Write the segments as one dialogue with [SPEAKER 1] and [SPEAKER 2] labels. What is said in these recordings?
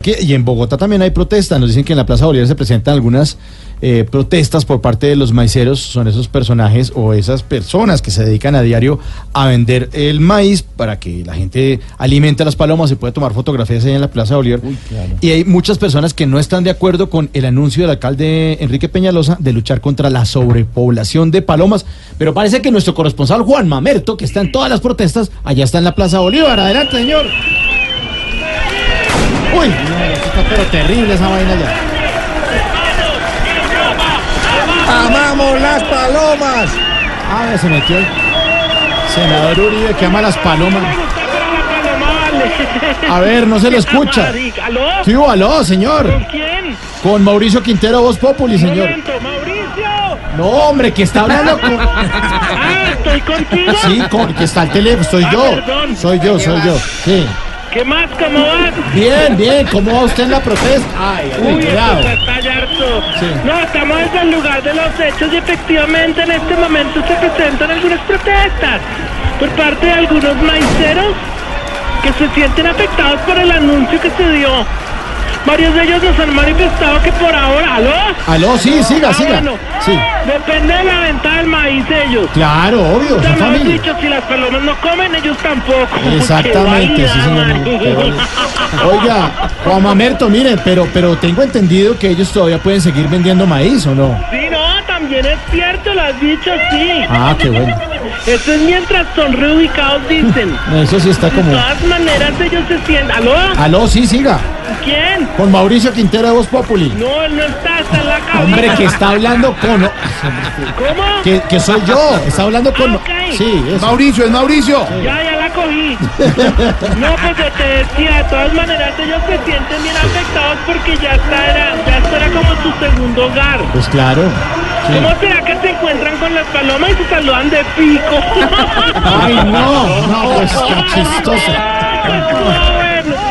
[SPEAKER 1] Que- y en Bogotá también hay protestas. Nos dicen que en la Plaza Bolívar se presentan algunas eh, protestas por parte de los maiceros. Son esos personajes o esas personas que se dedican a diario a vender el maíz para que la gente alimente a las palomas y pueda tomar fotografías ahí en la Plaza Bolívar. Y hay muchas personas que no están de acuerdo con el anuncio del alcalde Enrique Peñalosa de luchar contra la sobrepoblación de palomas. Pero parece que nuestro corresponsal Juan Mamerto, que está en todas las protestas, allá está en la Plaza Bolívar. Adelante, señor. Uy, está pero terrible esa vaina ya.
[SPEAKER 2] ¡Amamos las palomas!
[SPEAKER 1] A ver, Ah, se metió el senador Uribe que ama las palomas. A ver, no se le escucha.
[SPEAKER 3] ¿Aló?
[SPEAKER 1] Sí, aló, señor.
[SPEAKER 3] ¿Con quién?
[SPEAKER 1] Con Mauricio Quintero, Voz Populi, señor.
[SPEAKER 3] Momento, Mauricio.
[SPEAKER 1] No, hombre, que está hablando con...
[SPEAKER 3] Ah, estoy contigo.
[SPEAKER 1] Sí, con... que está el teléfono. Soy yo. Soy yo, soy yo. Sí.
[SPEAKER 3] ¿Qué más? ¿Cómo vas?
[SPEAKER 1] Bien, bien. ¿Cómo va usted en la protesta? Ay, ay,
[SPEAKER 3] Uy,
[SPEAKER 1] cuidado.
[SPEAKER 3] esto está ya harto.
[SPEAKER 1] Sí.
[SPEAKER 3] No, estamos en el lugar de los hechos y efectivamente en este momento se presentan algunas protestas por parte de algunos maiceros que se sienten afectados por el anuncio que se dio. Varios de ellos nos han manifestado que por ahora, ¿aló?
[SPEAKER 1] Aló, sí, siga,
[SPEAKER 3] Ah,
[SPEAKER 1] siga.
[SPEAKER 3] bueno.
[SPEAKER 1] Sí.
[SPEAKER 3] Depende de la venta del maíz de ellos.
[SPEAKER 1] Claro, obvio, son
[SPEAKER 3] Ya me han
[SPEAKER 1] familia.
[SPEAKER 3] dicho, si las palomas no comen, ellos tampoco.
[SPEAKER 1] Exactamente,
[SPEAKER 3] Qué
[SPEAKER 1] sí, señor.
[SPEAKER 3] vaina,
[SPEAKER 1] Qué
[SPEAKER 3] marica.
[SPEAKER 1] vaina. Oiga, Juan Mamerto, mire, pero, pero tengo entendido que ellos todavía pueden seguir vendiendo maíz, ¿o no?
[SPEAKER 3] Sí, no, también es cierto, lo has dicho, sí.
[SPEAKER 1] Ah, qué bueno.
[SPEAKER 3] Eso es mientras son reubicados, dicen.
[SPEAKER 1] Eso sí está
[SPEAKER 3] De
[SPEAKER 1] como...
[SPEAKER 3] todas maneras, ellos se sienten... ¿Aló?
[SPEAKER 1] Aló, sí, siga.
[SPEAKER 3] ¿Quién?
[SPEAKER 1] Con Mauricio Quintero de Voz Populi.
[SPEAKER 3] No, él no está, está en la cabina.
[SPEAKER 1] Hombre, que está hablando con...
[SPEAKER 3] ¿Cómo?
[SPEAKER 1] Que, que soy yo. Está hablando con...
[SPEAKER 3] Ah, ok.
[SPEAKER 1] Sí, eso.
[SPEAKER 2] Mauricio, es Mauricio.
[SPEAKER 3] Ya, ya la cogí. No, pues yo te decía, de todas maneras ellos se sienten bien afectados porque ya está, era, ya esto era como su segundo hogar.
[SPEAKER 1] Pues claro. sí.
[SPEAKER 3] ¿Cómo será que se encuentran con las palomas y se saludan de pico?
[SPEAKER 1] Ay, no. No, pues tan chistoso.
[SPEAKER 3] Bueno,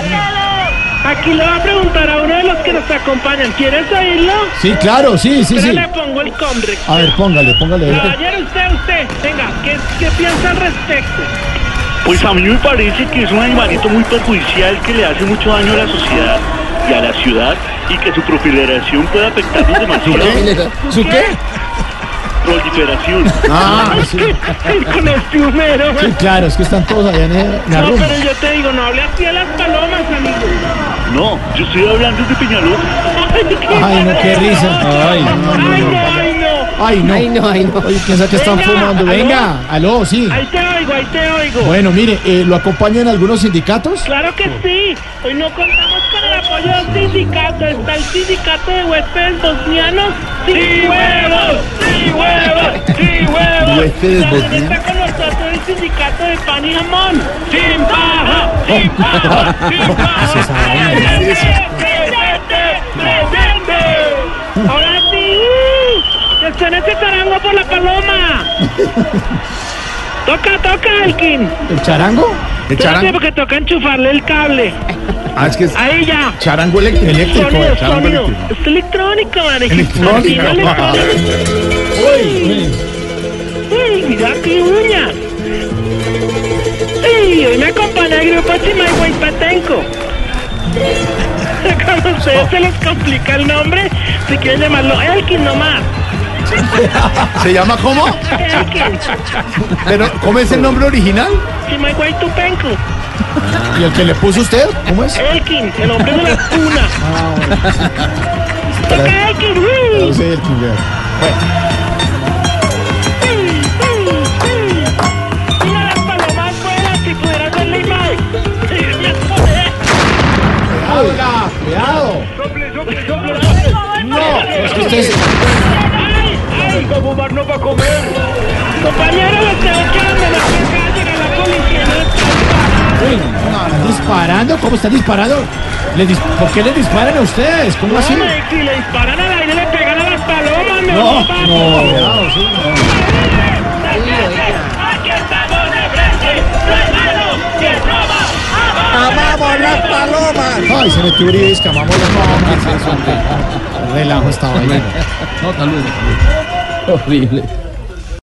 [SPEAKER 3] Aquí le va a preguntar a uno de los que nos acompañan. ¿Quieres oírlo?
[SPEAKER 1] Sí, claro, sí, sí,
[SPEAKER 3] Pero
[SPEAKER 1] sí.
[SPEAKER 3] le pongo el combre.
[SPEAKER 1] A ver, póngale, póngale.
[SPEAKER 3] Caballero, usted, usted, venga, ¿qué, qué piensa al respecto?
[SPEAKER 4] Pues a mí me parece que es un animalito muy perjudicial que le hace mucho daño a la sociedad y a la ciudad y que su proliferación puede afectarnos demasiado.
[SPEAKER 1] ¿Su qué?
[SPEAKER 4] Proliferación.
[SPEAKER 1] Ah, sí.
[SPEAKER 3] Con este humero.
[SPEAKER 1] Sí, claro, es que están todos allá en en la
[SPEAKER 3] No,
[SPEAKER 1] rumba.
[SPEAKER 3] pero yo te digo, no hable así a las palomas, amigo.
[SPEAKER 4] No, yo estoy hablando de Peñalosa.
[SPEAKER 1] Ay, no, qué risa.
[SPEAKER 3] Ay,
[SPEAKER 1] Ay,
[SPEAKER 3] no,
[SPEAKER 1] no, no, no.
[SPEAKER 3] ay, no.
[SPEAKER 1] Ay, no. Ay, no, ay, no. Oye, piensa que están
[SPEAKER 3] Venga,
[SPEAKER 1] fumando.
[SPEAKER 3] aló.
[SPEAKER 1] Venga, aló, sí.
[SPEAKER 3] Ahí te oigo, ahí te oigo.
[SPEAKER 1] Bueno, mire, eh, ¿lo acompañan algunos sindicatos?
[SPEAKER 3] Claro que sí. Hoy no contamos con el apoyo del sindicato. Está el sindicato de huéspedes bosnianos. ¡Sí, huevos! ¡Sí, huevos! ¡Sí, huevos!
[SPEAKER 2] Huéspedes
[SPEAKER 3] También
[SPEAKER 2] bosnianos.
[SPEAKER 3] Está con nosotros el sindicato de pan y jamón. ¡Sin paja! ¡Sin paja! ¡Sin paja! ¡Presente! ¡Presente! ¡Presente! ¡Ahora sí! ¡Uh! ¡Que suene ese tarango por la paloma! ¡Toca, toca, Elkin!
[SPEAKER 1] ¿El charango?
[SPEAKER 2] ¿El
[SPEAKER 3] Espérate
[SPEAKER 2] charango?
[SPEAKER 3] porque toca enchufarle el cable.
[SPEAKER 2] Ah, es que es
[SPEAKER 3] Ahí ya.
[SPEAKER 2] charango elec- eléctrico.
[SPEAKER 3] Sonido,
[SPEAKER 2] charango
[SPEAKER 3] sonido.
[SPEAKER 2] eléctrico.
[SPEAKER 3] Es electrónico, manejito.
[SPEAKER 2] Electrónico.
[SPEAKER 3] Uy, uy, mira qué uñas. Sí, hoy me acompaña el grupo Chimayhuay Patenco. Como a ustedes se les complica el nombre, si quieren llamarlo Elkin nomás.
[SPEAKER 2] ¿Se llama cómo?
[SPEAKER 3] Elkin,
[SPEAKER 2] Pero, ¿Cómo es el nombre original?
[SPEAKER 3] Chimayhuay Tupenco.
[SPEAKER 1] ¿Y el que le puso usted? ¿Cómo es?
[SPEAKER 3] Elkin, el hombre de la cuna. Toca Elkin, uy.
[SPEAKER 1] No sé, el que-
[SPEAKER 3] Mira las palomas buenas, si pudieras ver la imagen. Sí, me joder.
[SPEAKER 1] Cuidado, oiga, cuidado. No, es que usted es- ¿Ah,
[SPEAKER 3] Ay, ay, Compañero, los tengo que abandonar por acá, llegará la policía.
[SPEAKER 1] Uy, ¿están disparando? ¿Cómo están disparando? ¿Les dis- ¿Por qué les disparan a ustedes? ¿Cómo así?
[SPEAKER 3] No, y si le disparan al aire, le pegan a las palomas, mi
[SPEAKER 1] Oh, No,
[SPEAKER 3] papá.
[SPEAKER 1] no, cuidado, sí.
[SPEAKER 3] Aquí estamos de frente, no hay mano, si es broma,
[SPEAKER 2] ¡Amamos las palomas!
[SPEAKER 1] Ay, se metió Uribe, escamamos la mamá. Relajo esta vaina.
[SPEAKER 5] Horrible.